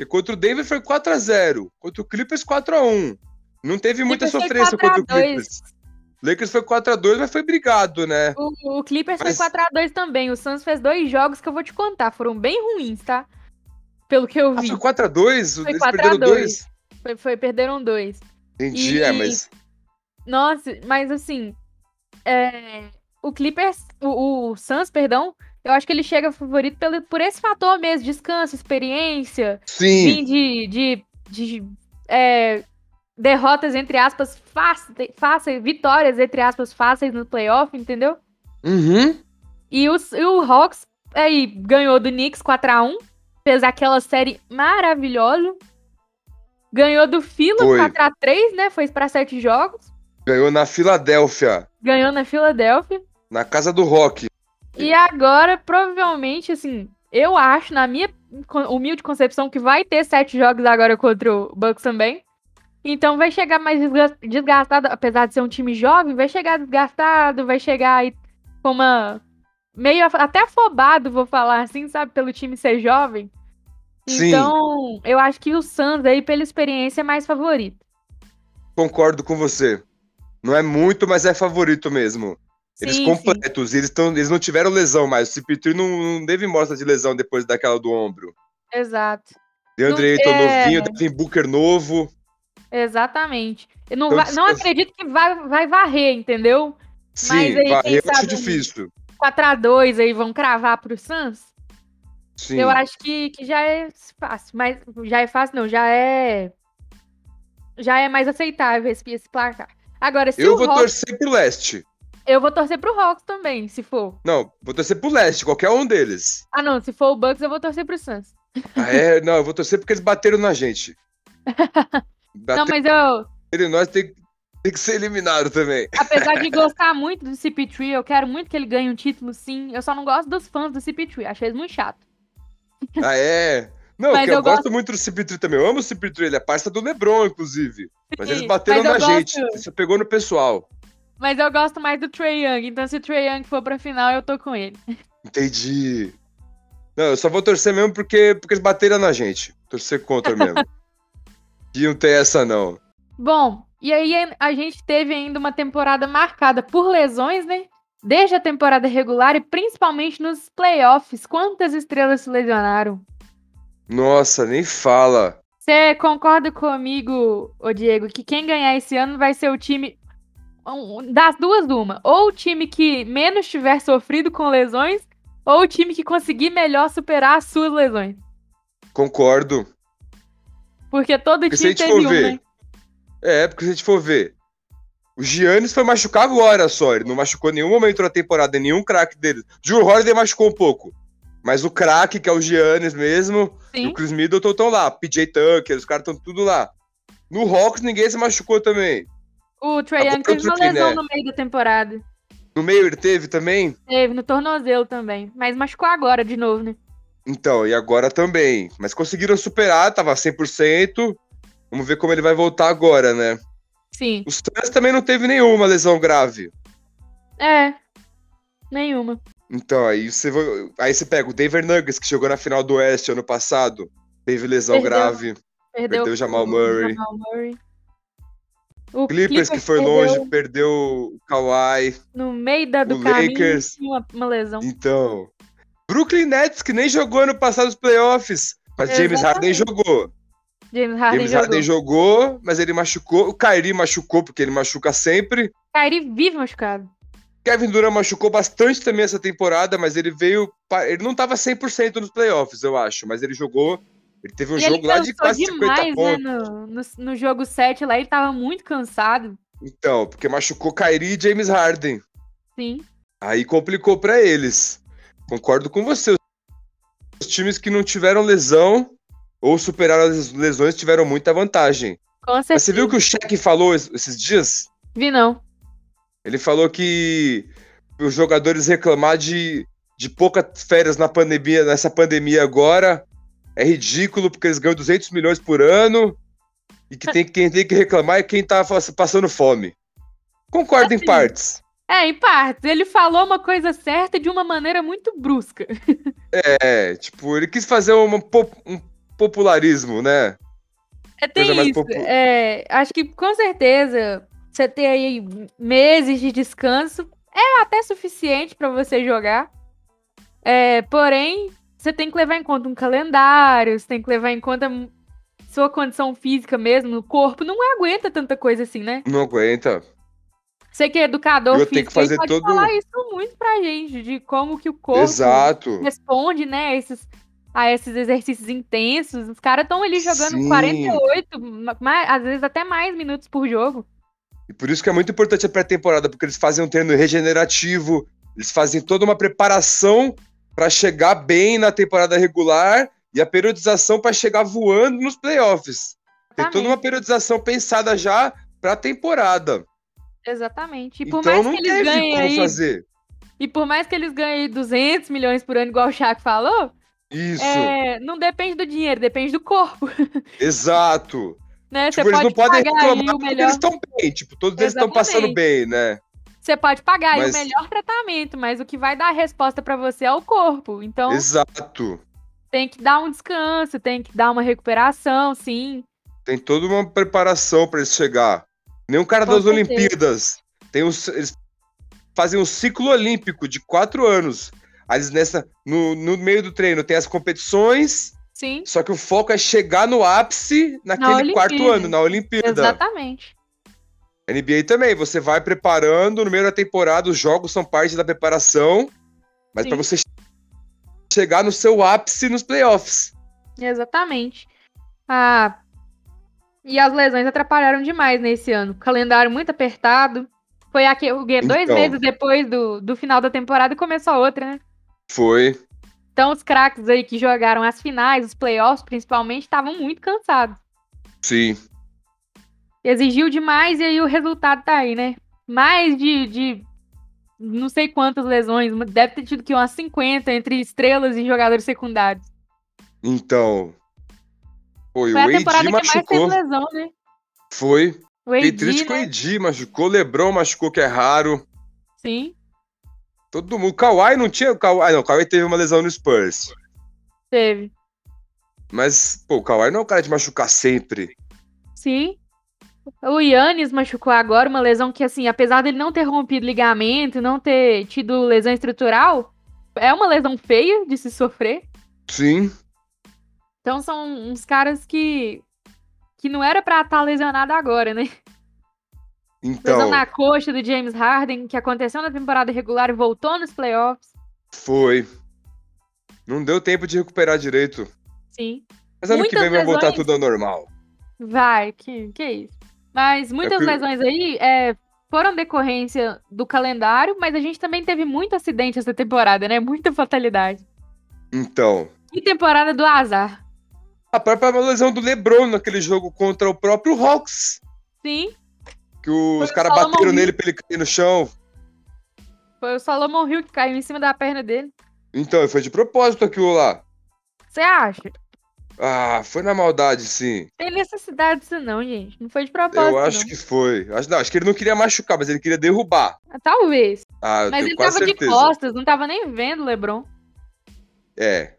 E contra o Denver foi 4x0. Contra o Clippers, 4x1. Não teve muita
Clippers foi
sofrência contra o
4x2.
Clippers. Lakers foi 4x2, mas foi brigado, né?
O, o Clippers
Mas-
foi 4x2 também. O Suns fez dois jogos que eu vou te contar. Foram bem ruins, tá? Pelo que eu
Ah,
vi.
foi 4x2?
Foi
Eles
4 a
perderam 2?
dois. Foi, foi- perderam dois.
Entendi,
E-
é, mas.
Nossa, mas assim. é, o Clippers. O, o Suns, perdão. Eu acho que ele chega favorito pelo, por esse fator mesmo: descanso, experiência.
Sim,
Fim de. de, de, é, derrotas, entre aspas, fáceis, fáceis. Vitórias, entre aspas, fáceis no playoff, entendeu?
uhum.
E o, e o Hawks aí, ganhou do Knicks 4x1. Fez aquela série maravilhosa. Ganhou do Fila
Foi.
4x3, né? Foi pra sete jogos.
ganhou na Filadélfia,
Ganhou na Filadélfia.
na casa do Rock.
E agora, provavelmente, assim, eu acho, na minha con- humilde concepção, que vai ter sete jogos agora contra o Bucks também. Então vai chegar mais desgas- desgastado, apesar de ser um time jovem, vai chegar desgastado, vai chegar aí com uma. meio af- até afobado, vou falar assim, sabe, pelo time ser jovem.
Sim.
Então, eu acho que o Suns aí, pela experiência, é mais favorito.
Concordo com você. Não é muito, mas é favorito mesmo. Eles
Sim, sim.
completos, e eles, tão, eles não tiveram lesão mais. O Cipitri não, não teve mostra de lesão depois daquela do ombro.
Exato.
Deandre
Não-
Ayton
é.
novinho, Devin Booker novo.
Exatamente. Eu não,
Então,
va- não
descansa.
acredito que vai, vai varrer, entendeu?
Sim,
aí, quem
varrer eu acho
sabe- um
difícil.
4x2 aí vão cravar pro Suns,
Sim.
eu acho que, que já é fácil. Mas já é fácil, não, já é. Já é mais aceitável esse, esse placar. Agora, se
Eu
o
vou
Hawks.
torcer pro leste.
Eu vou torcer pro Hawks também, se for.
Não, vou torcer pro leste, qualquer um deles.
Ah, não, se for o Bucks, eu vou torcer pro Suns.
Ah, é, não, eu vou torcer porque eles bateram na gente.
Não,
Bateram
mas eu,
em nós tem, tem que ser eliminado também.
apesar de gostar muito do CP3, eu quero muito que ele ganhe um título, sim. Eu só não gosto dos fãs do CP3, achei eles muito chato.
Ah, é. Não,
Mas
porque eu,
eu
gosto muito do Cipitri também. Eu amo o Cipitri, ele é parça do Lebron, inclusive. Mas eles
Sim,
bateram
mas eu
na gente.
gosto-
Isso pegou no pessoal.
Mas eu gosto mais do Trey Young, então se o Trey Young for pra final, eu tô com ele.
Entendi. Não, eu só vou torcer mesmo porque, porque eles bateram na gente. Torcer contra mesmo. e não tem essa, não.
Bom, e aí a- a gente teve ainda uma temporada marcada por lesões, né? Desde a temporada regular e principalmente nos playoffs. Quantas estrelas se lesionaram?
Nossa, nem fala.
Você concorda comigo, ô Diego, que quem ganhar esse ano vai ser o time. um- um- Das duas, uma. Ou o time que menos tiver sofrido com lesões, ou o time que conseguir melhor superar as suas lesões.
Concordo.
Porque todo
Porque se a
time teve
gente for
um,
ver.
né?
É, porque se a gente for ver. O Giannis foi machucar agora só. Ele não machucou em nenhum momento da temporada, nenhum craque dele. Juro, Holiday machucou um pouco. Mas o craque, que é o Giannis mesmo, E
Sim.
o Chris Middleton estão lá, PJ Tucker, os caras estão tudo lá. No Hawks ninguém se machucou também.
O Trae Young
Agora eu
teve uma
troquei,
lesão
né?
no meio da temporada.
No meio ele teve também?
Teve, no tornozelo também. Mas machucou agora de novo, né?
Então, e agora também. Mas conseguiram superar, tava 100%. Vamos ver como ele vai voltar agora, né?
Sim.
O Suns também não teve nenhuma lesão grave.
É. Nenhuma.
Então, aí você, vai- aí você pega o Denver Nuggets, que chegou na final do Oeste ano passado, teve lesão
Perdeu.
grave.
Perdeu,
Perdeu o Jamal Murray.
Jamal Murray. O
Clippers, que foi
perdeu
longe, perdeu o Kawhi.
No meio da, do
O
caminho,
Lakers.
tinha uma, uma lesão.
Então. Brooklyn Nets, que nem jogou ano passado os playoffs. Mas James Harden
Exatamente.
jogou.
James Harden
James
jogou.
Harden jogou, mas ele machucou. O Kyrie machucou, porque ele machuca sempre.
Kyrie vive machucado.
Kevin Durant machucou bastante também essa temporada, mas ele veio. pa- Ele não tava 100% nos playoffs, eu acho. Mas ele jogou. Ele teve um
e
jogo
ele
lá de
cansou
quase 50
demais, né?
pontos.
No, no, no jogo 7 lá, ele tava muito cansado.
Então, porque machucou Kyrie e James Harden.
Sim.
Aí complicou pra eles. Concordo com você. Os times que não tiveram lesão ou superaram as lesões tiveram muita vantagem.
Com certeza.
Mas você viu o que o Shaq falou es- esses dias?
Vi não.
Ele falou que os jogadores reclamar de, de poucas férias na pandemia, nessa pandemia agora é ridículo, porque eles ganham 200 milhões por ano e que tem, quem tem que reclamar é quem tá fa- passando fome. Concordo em
Assim,
partes.
É, em partes. Ele falou uma coisa certa de uma maneira muito brusca.
É, tipo, ele quis fazer uma po- um popularismo, né?
É, tem
Coisa mais
isso.
popular.
É, acho que com certeza você ter aí meses de descanso é até suficiente pra você jogar. É, porém, você tem que levar em conta um calendário, você tem que levar em conta m- sua condição física mesmo, o corpo não aguenta tanta coisa assim, né?
Não aguenta.
Você que é educador
Eu tenho
físico,
que fazer
ele pode
todo- um
falar isso muito pra gente, de como que o corpo
Exato.
responde, né, a esses, a esses exercícios intensos. Os caras estão ali jogando
Sim.
48, ma- ma- às vezes até mais minutos por jogo.
E por isso que é muito importante a pré-temporada, porque eles fazem um treino regenerativo, eles fazem toda uma preparação para chegar bem na temporada regular e a periodização para chegar voando nos playoffs. Tem toda uma
Exatamente.
periodização pensada já para a temporada.
Exatamente. E por
Então
mais
não
que eles
teve
ganhem
como
aí,
fazer.
e por mais que eles ganhem aí 200 milhões por ano, igual o Chaco falou,
Isso,
é, não depende do dinheiro, depende do corpo,
exato.
né?
Tipo,
Você
eles
pode
não podem
pagar aí
reclamar
o
porque
melhor,
eles estão bem, tipo, todos eles estão passando
Exatamente.
bem, né?
você pode pagar aí
Mas-
o melhor tratamento, mas o que vai dar a resposta pra você é o corpo. Então,
Exato.
tem que dar um descanso, tem que dar uma recuperação, sim.
Tem toda uma preparação para eles chegar. Nem um cara
Com
das
certeza.
Olimpíadas. Tem os, eles fazem um ciclo olímpico de quatro anos. Aí eles nessa, no, no meio do treino tem as competições,
Sim.
só que o foco é chegar no ápice naquele
Olimpíada.
quarto ano, na Olimpíada.
Exatamente.
NBA também, você vai preparando no meio da temporada, os jogos são parte da preparação, mas
Sim.
para você che- chegar no seu ápice nos playoffs.
Exatamente. Ah, e as lesões atrapalharam demais nesse ano. Calendário muito apertado. Foi aqui, o quê? dois
Então.
meses depois do, do final da temporada começou a outra, né?
Foi.
Então os craques aí que jogaram as finais, os playoffs principalmente, estavam muito cansados.
Sim.
Exigiu demais e aí o resultado tá aí, né? Mais de, de não sei quantas lesões, deve ter tido que umas 50 entre estrelas e jogadores secundários.
Então.
Foi
Foi, o
a
AD
temporada que mais
machucou.
teve lesão, né?
Foi.
O
Fiquei
AD,
triste
né?
com o Edi, machucou. Lebron machucou, que é raro.
Sim,
Todo mundo. O Kawhi não tinha. O Kawhi, Ah, não, o Kawhi teve uma lesão no Spurs.
teve.
Mas, pô, o Kawhi não é um cara de machucar sempre.
Sim. O Yannis machucou agora uma lesão que, assim, apesar dele não ter rompido ligamento, não ter tido lesão estrutural, é uma lesão feia de se sofrer.
Sim.
Então são uns caras que que não era pra estar lesionado agora, né? Lesão
Então,
na coxa do James Harden, que aconteceu na temporada regular e voltou nos playoffs.
foi. Não deu tempo de recuperar direito.
Sim.
Mas ano que
Muitas
vem vai voltar
lesões.
tudo ao normal.
Vai, que, que isso. Mas muitas
que-
lesões aí é, foram decorrência do calendário, mas a gente também teve muito acidente essa temporada, né? Muita fatalidade.
Então,
E temporada do azar.
a própria lesão do LeBron naquele jogo contra o próprio Hawks,
Sim,
que os
o
caras
Solomon
bateram
Hill.
nele pra ele cair no chão.
foi o Solomon Hill que caiu em cima da perna dele.
Então, foi de propósito aquilo lá.
Você acha?
Ah, foi na maldade, sim.
Tem necessidade disso não, gente. Não foi de propósito,
Eu acho
não.
que foi. Acho, não, acho que ele não queria machucar, mas ele queria derrubar.
Talvez.
Ah, eu
Mas
tenho
ele tava
quase
de
certeza.
costas, não tava nem vendo o LeBron.
É.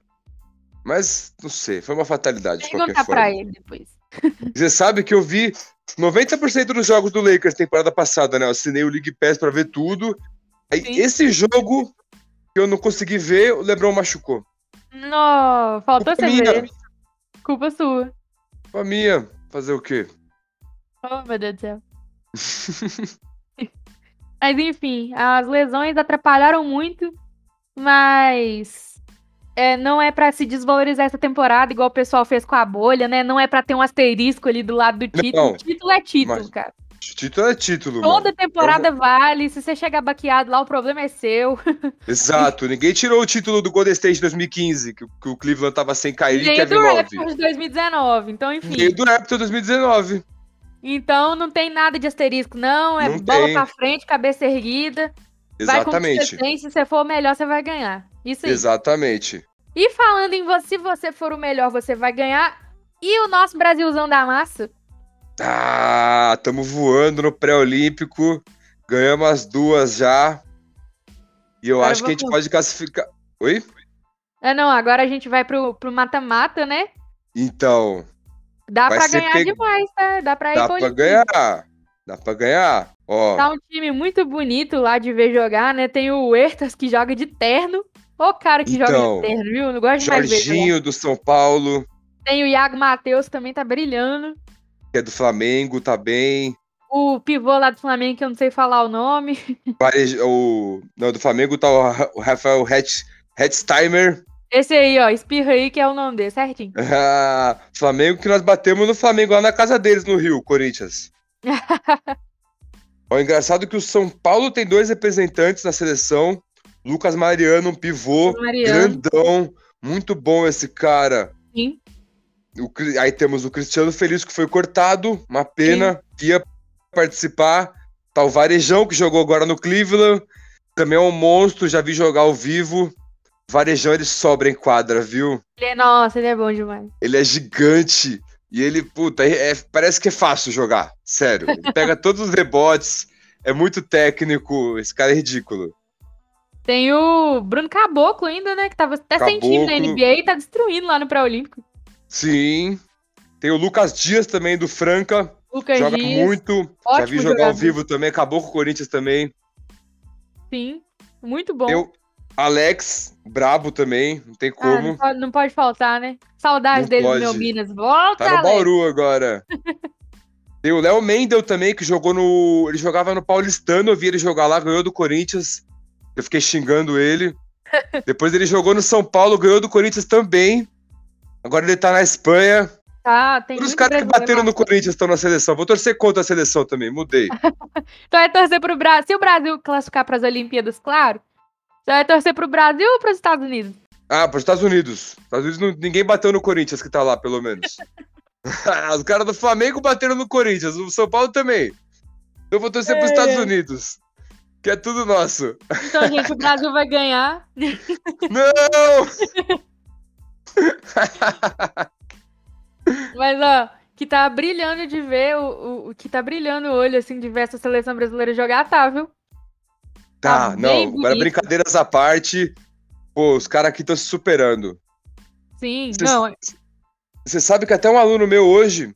Mas, não sei, foi uma fatalidade de qualquer
Perguntar pra
forma.
ele depois.
Você sabe que eu vi 90% dos jogos do Lakers temporada passada, né? Eu assinei o League Pass pra ver tudo. Aí,
Sim.
esse jogo que eu não consegui ver, o LeBron machucou.
Não, faltou você
Culpa minha.
ver. Culpa sua.
Pra minha, fazer o quê?
Oh, meu Deus do céu. mas enfim, as lesões atrapalharam muito, mas é, não é pra se desvalorizar essa temporada, igual o pessoal fez com a bolha, né? Não é pra ter um asterisco ali do lado do título.
Não,
título é título,
mas-
cara.
Título é título, mano.
Toda temporada vale. Se você chegar baqueado lá, o problema é seu.
Exato. Ninguém tirou o título do Golden State 2015, que, que o Cleveland tava sem Kyrie e
Nem
Kevin
do
Love.
Raptors de 2019. Então, enfim.
Ninguém do Raptor 2019.
Então não tem nada de asterisco, não. É
Não
bola
tem.
pra frente, cabeça erguida. Vai com o que você
Exatamente.
tem, se você for o melhor, você vai ganhar. Isso aí.
Exatamente.
E falando em você, se você for o melhor, você vai ganhar. E o nosso Brasilzão da massa?
Ah, tamo voando no pré-olímpico. Ganhamos as duas já. E eu
Agora
acho que a gente
vamos-
pode classificar. Oi?
Ah, não, agora a gente vai pro pro mata-mata, né?
Então,
Dá
Vai
pra
ser
ganhar
pe-
demais, tá? Dá pra ir
dá
pra
pra
Olimpíada.
ganhar. Dá pra ganhar. Ó,
Tá um time muito bonito lá de ver jogar, né? Tem o Huertas que joga de terno. Ô, cara que joga
Então,
de terno, viu? Não gosto de mais ver. jogar.
Jorginho do São Paulo,
Tem o Iago Matheus também, tá brilhando.
que é do Flamengo, tá bem.
O pivô lá do Flamengo, que eu não sei falar o nome.
Varejo- O... Não, do Flamengo tá o Ra- o Rafael Hetz- Hetztimer.
Esse aí, ó, espirra aí, que é o nome dele, certinho.
Ah, Flamengo que nós batemos no Flamengo lá na casa deles no Rio, Corinthians. Ó, engraçado que o São Paulo tem dois representantes na seleção. Lucas Mariano, um pivô,
Mariano.
grandão, muito bom esse cara.
Sim.
O Cri- aí temos o Cristiano Feliz que foi cortado, uma pena, que ia participar. Tá o Varejão que jogou agora no Cleveland, também é um monstro, já vi jogar ao vivo. Varejão ele sobra em quadra, viu?
Ele é- nossa, ele é bom demais.
Ele é gigante. E ele, puta, é- é- parece que é fácil jogar. Sério. Ele pega todos os rebotes. É muito técnico. Esse cara é ridículo.
Tem o Bruno Caboclo ainda, né? Que tava até sem time na
Caboclo.
NBA e tá destruindo lá no pré-olímpico.
Sim. Tem o Lucas Dias também, do Franca.
Lucas
joga
Dias,
muito. Já vi
ótimo
jogar ao
jogador.
vivo também. Acabou com o Corinthians também.
Sim, muito bom.
Tem o Alex, brabo também. Não tem
Ah, não,
como.
pode, não pode faltar, né? Saudades
Não
dele no
pode.
meu Minas. Volta,
tá no
Alex.
Bauru agora. Tem o Léo Mendel também, que jogou no. Ele jogava no Paulistano, eu vi ele jogar lá, ganhou do Corinthians. Eu fiquei xingando ele. Depois ele jogou no São Paulo, ganhou do Corinthians também. Agora ele tá na Espanha.
Tá, tem
Todos os
muito
caras que
brasileiro
bateram
bom.
no Corinthians estão na seleção. Vou torcer contra a seleção também, mudei.
Tu vai Então é torcer pro Brasil. Se o Brasil classificar pras Olimpíadas, claro. Você vai torcer pro Brasil ou pros Estados Unidos?
Ah, pros Estados Unidos. Estados Unidos não- ninguém bateu no Corinthians que tá lá, pelo menos. os caras do Flamengo bateram no Corinthians, o São Paulo também. Então Eu vou torcer pros
Ai,
Estados
ai.
Unidos. Que é tudo nosso.
Então, gente, o Brasil vai ganhar.
Não!
Mas, ó, que tá brilhando de ver o, o- o que tá brilhando o olho, assim, de ver essa seleção brasileira jogar, tá, viu?
Tá,
Tá bem
não, agora
bonito.
brincadeiras à parte. Pô, os caras aqui estão se superando.
Sim,
Vocês-
não.
Você sabe que até um aluno meu hoje,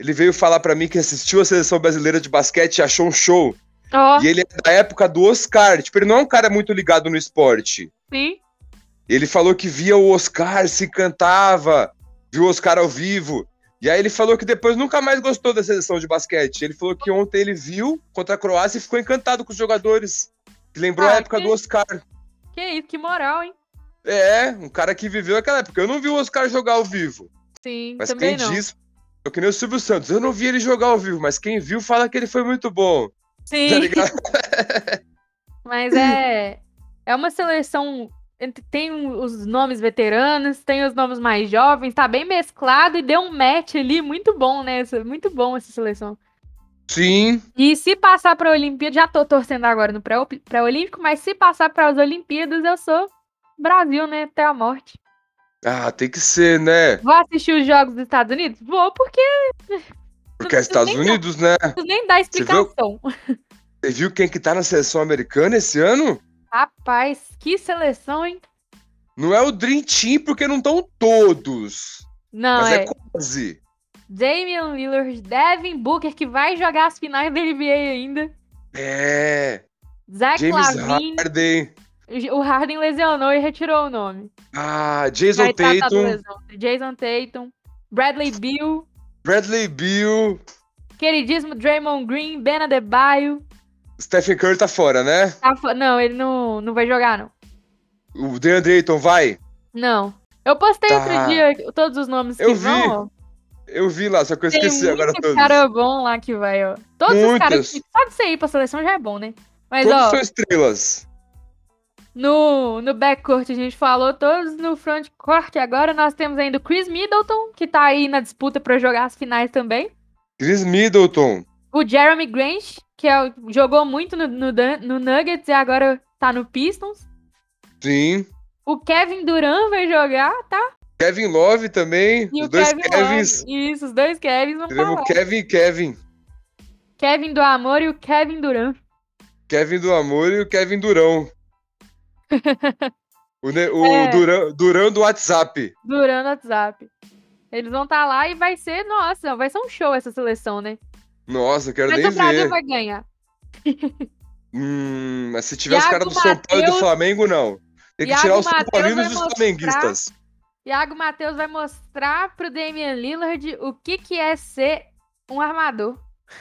ele veio falar pra mim que assistiu a seleção brasileira de basquete e achou um show.
Ó,
E ele é da época do Oscar. Tipo, ele não é um cara muito ligado no esporte.
sim.
Ele falou que via o Oscar, se encantava, viu o Oscar ao vivo. E aí ele falou que depois nunca mais gostou da seleção de basquete. Ele falou que ontem ele viu contra a Croácia e ficou encantado com os jogadores. Que lembrou
Ah,
a época
que-
do Oscar.
Que isso, que moral, hein?
É, um cara que viveu aquela época. Eu não vi o Oscar jogar ao vivo.
Sim,
Mas
também
quem
não.
diz. Eu que nem o Silvio Santos. Eu não vi ele jogar ao vivo, mas quem viu fala que ele foi muito bom. Tá
Sim,
ligado?
mas é, é uma seleção. entre- Tem um- os nomes veteranos, tem os nomes mais jovens, tá bem mesclado e deu um match ali muito bom, né? Essa- Muito bom essa seleção.
Sim.
E se passar pra Olimpíada, já tô torcendo agora no pré-opi- pré-olímpico, mas se passar para as Olimpíadas, eu sou Brasil, né? Até a morte.
Ah, tem que ser, né?
Vou assistir os jogos dos Estados Unidos? Vou, porque
Porque é Estados
Nem dá.
Unidos, né?
nem dá
Você viu?
explicação.
Você viu quem que tá na seleção americana esse ano?
Rapaz, que seleção, hein?
Não é o Dream Team, porque não estão todos.
Não,
mas
é.
é quase.
Damian Lillard, Devin Booker, que vai jogar as finais da NBA ainda.
É.
Zach
James
Lavine,
Harden.
o Harden lesionou e retirou o nome.
Ah, Jason
Vai tratar da
Tatum.
lesão. Jason Tatum, Bradley Beal,
Bradley Beal.
queridíssimo Draymond Green, Ben Adebayo.
Stephen Curry tá fora, né?
Tá fo- Não, ele não, não vai jogar, não.
O DeAndre Ayton vai?
Não. Eu postei
Tá.
outro dia todos os nomes
Eu
que
vi.
vão. ó.
Eu vi lá, só que eu
Tem
esqueci agora
muito
todos.
cara bom lá que vai, ó. Todos os caras
Muitos.
que só de você ir pra seleção já é bom, né? Mas,
todos
ó,
são estrelas.
no, no backcourt a gente falou todos, no frontcourt agora nós temos ainda o Chris Middleton, que tá aí na disputa pra jogar as finais também.
Chris Middleton.
O Jeremy Grant, que é, o- jogou muito no, no, Dan- no Nuggets e agora tá no Pistons.
Sim.
O Kevin Durant vai jogar, tá?
Kevin Love também.
E
os
o
dois
Kevin
Kevins.
Love. Isso, os dois Kevins vão
Tivemos
falar.
Kevin e Kevin.
Kevin do Amor e o Kevin Durant.
Kevin do Amor e o Kevin Durão. o ne- o
É.
Durão, Durão do WhatsApp.
durando o WhatsApp. Eles vão estar lá e vai ser, nossa, vai ser um show essa seleção, né?
Nossa, eu quero
Será que
nem
o Brasil
ver.
vai ganhar?
Hum, mas se tiver os
Thiago
caras do São Paulo e do
Mateus-
Flamengo, não. Tem que
Thiago
tirar os São
Mateus
Paulinos
vai
e os
mostrar-
flamenguistas.
Iago Matheus vai mostrar pro Damian Lillard o que, que é ser um armador.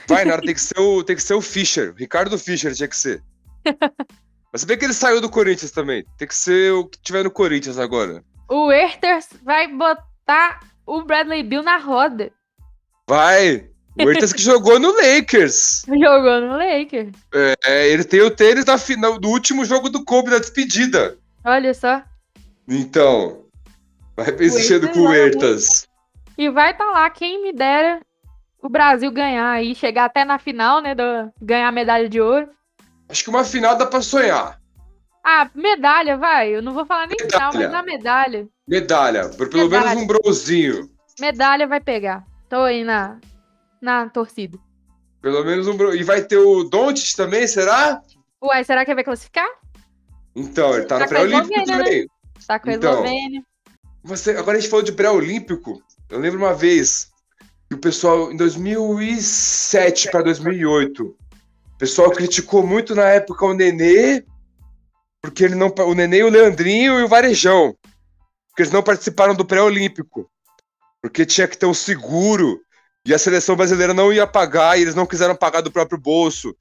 Vai, Nara, tem que ser o, tem que ser o Fischer. Ricardo Fischer tinha que ser. Mas se bem que ele saiu do Corinthians também. Tem que ser o que tiver no Corinthians agora.
O Erters vai botar o Bradley Bill na roda.
Vai! O Ertas que jogou no Lakers.
Jogou no Lakers.
É, ele tem o tênis da final, do último jogo do Kobe, da despedida.
Olha só.
Então, vai mexendo
Ertas
com o
joga
Ertas.
E vai estar lá, quem me dera o Brasil ganhar aí, chegar até na final, né? do- ganhar a medalha de ouro.
Acho que uma final dá pra sonhar.
Ah, medalha, vai. Eu não vou falar nem final, mas
Medalha.
na medalha.
Medalha, por pelo
Medalha.
menos um bronzinho.
Medalha vai pegar. Tô aí na, na torcida.
Pelo menos um bron... E vai ter o Doncic também, será?
Uai, será que vai classificar?
Então, ele tá
Tá
no
com a
pré-olímpico
Eslovênia, né?
também.
Tá com a
Então.
Eslovênia.
Você, agora a gente falou de pré-olímpico. Eu lembro uma vez que o pessoal, em 2007 para 2008, o pessoal criticou muito na época o Nenê, porque ele não, pa- o Nenê, o Leandrinho e o Varejão, porque eles não participaram do pré-olímpico, porque tinha que ter um seguro e a seleção brasileira não ia pagar e eles não quiseram pagar do próprio bolso.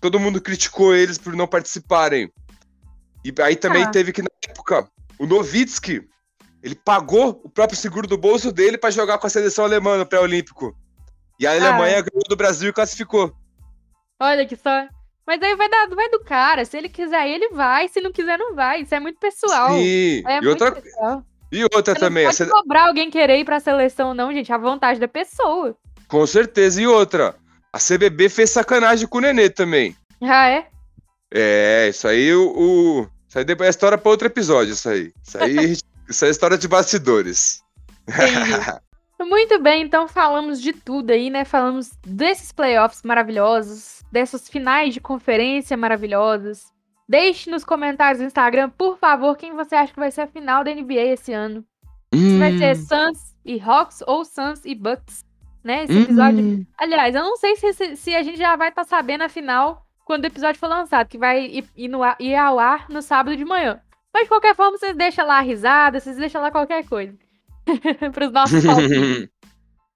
Todo mundo criticou eles por não participarem. E aí também
Ah.
teve que na época o Nowitzki ele pagou o próprio seguro do bolso dele pra jogar com a seleção alemã no pré-olímpico. E a Alemanha ganhou do Brasil e classificou.
Olha que só. Mas aí vai, dar, vai do cara. Se ele quiser, ele vai. Se não quiser, não vai. Isso é muito pessoal.
Sim.
É
e,
muito
outra,
pessoal.
e outra
Você
também.
não
a
pode
sele-
cobrar alguém querer ir pra seleção, não, gente. É A vontade da pessoa.
Com certeza. E outra. A CBB fez sacanagem com o Nenê também.
Já é.
É, isso aí o. o- Isso aí depois é história pra outro episódio, isso aí. Isso aí, isso aí é história de bastidores.
Entendi. Muito bem, então falamos de tudo aí, né? Falamos desses playoffs maravilhosos, dessas finais de conferência maravilhosas. Deixe nos comentários do Instagram, por favor, quem você acha que vai ser a final da NBA esse ano. Se vai ser
Hum.
Suns e Hawks ou Suns e Bucks, né?
Uhum.
Esse episódio. Aliás, eu não sei se, se- se a gente já vai estar sabendo a final quando o episódio for lançado, que vai ir, ir no ar- ir ao ar no sábado de manhã. Mas de qualquer forma, vocês deixam lá a risada, vocês deixam lá qualquer coisa. Para os nossos palpites.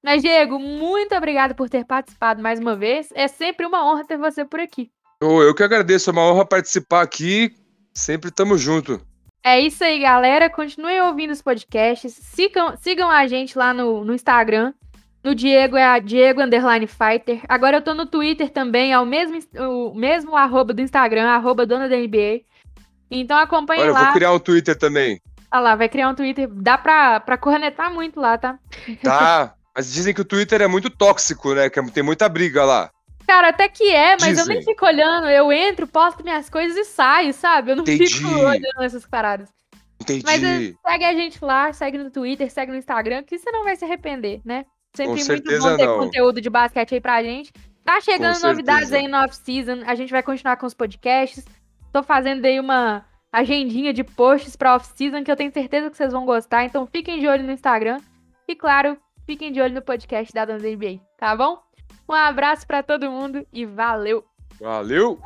Mas, Diego, muito obrigado por ter participado mais uma vez. É sempre uma honra ter você por aqui.
Ô, eu que agradeço, é uma honra participar aqui. Sempre tamo junto.
É isso aí, galera. Continuem ouvindo os podcasts. Sigam, sigam a gente lá no, no Instagram. No Diego é a Diego Underline Fighter. Agora eu tô no Twitter também, é o mesmo, o mesmo arroba do Instagram, arroba dona da NBA. Então acompanhe
Olha, eu
lá.
vou criar um Twitter também.
Ah lá, vai criar um Twitter. Dá pra, pra cornetar muito lá, tá?
Tá. Mas dizem que o Twitter é muito tóxico, né? Que é- tem muita briga lá.
Cara, até que é, mas eu
Dizem.
nem fico olhando. Eu entro, posto minhas coisas e saio, sabe? Eu não
Entendi.
fico olhando essas paradas.
Entendi.
Mas é, segue a gente lá, segue no Twitter, segue no Instagram, que você não vai se arrepender, né? Sempre
Com
muito
certeza
bom ter
não.
conteúdo de basquete aí pra gente. Tá chegando
Com
novidades
certeza.
aí no off-season, a gente vai continuar com os podcasts. Tô fazendo aí uma agendinha de posts pra off-season que eu tenho certeza que vocês vão gostar, então fiquem de olho no Instagram e, claro, fiquem de olho no podcast da Dona NBA, tá bom? Um abraço pra todo mundo e valeu!
Valeu!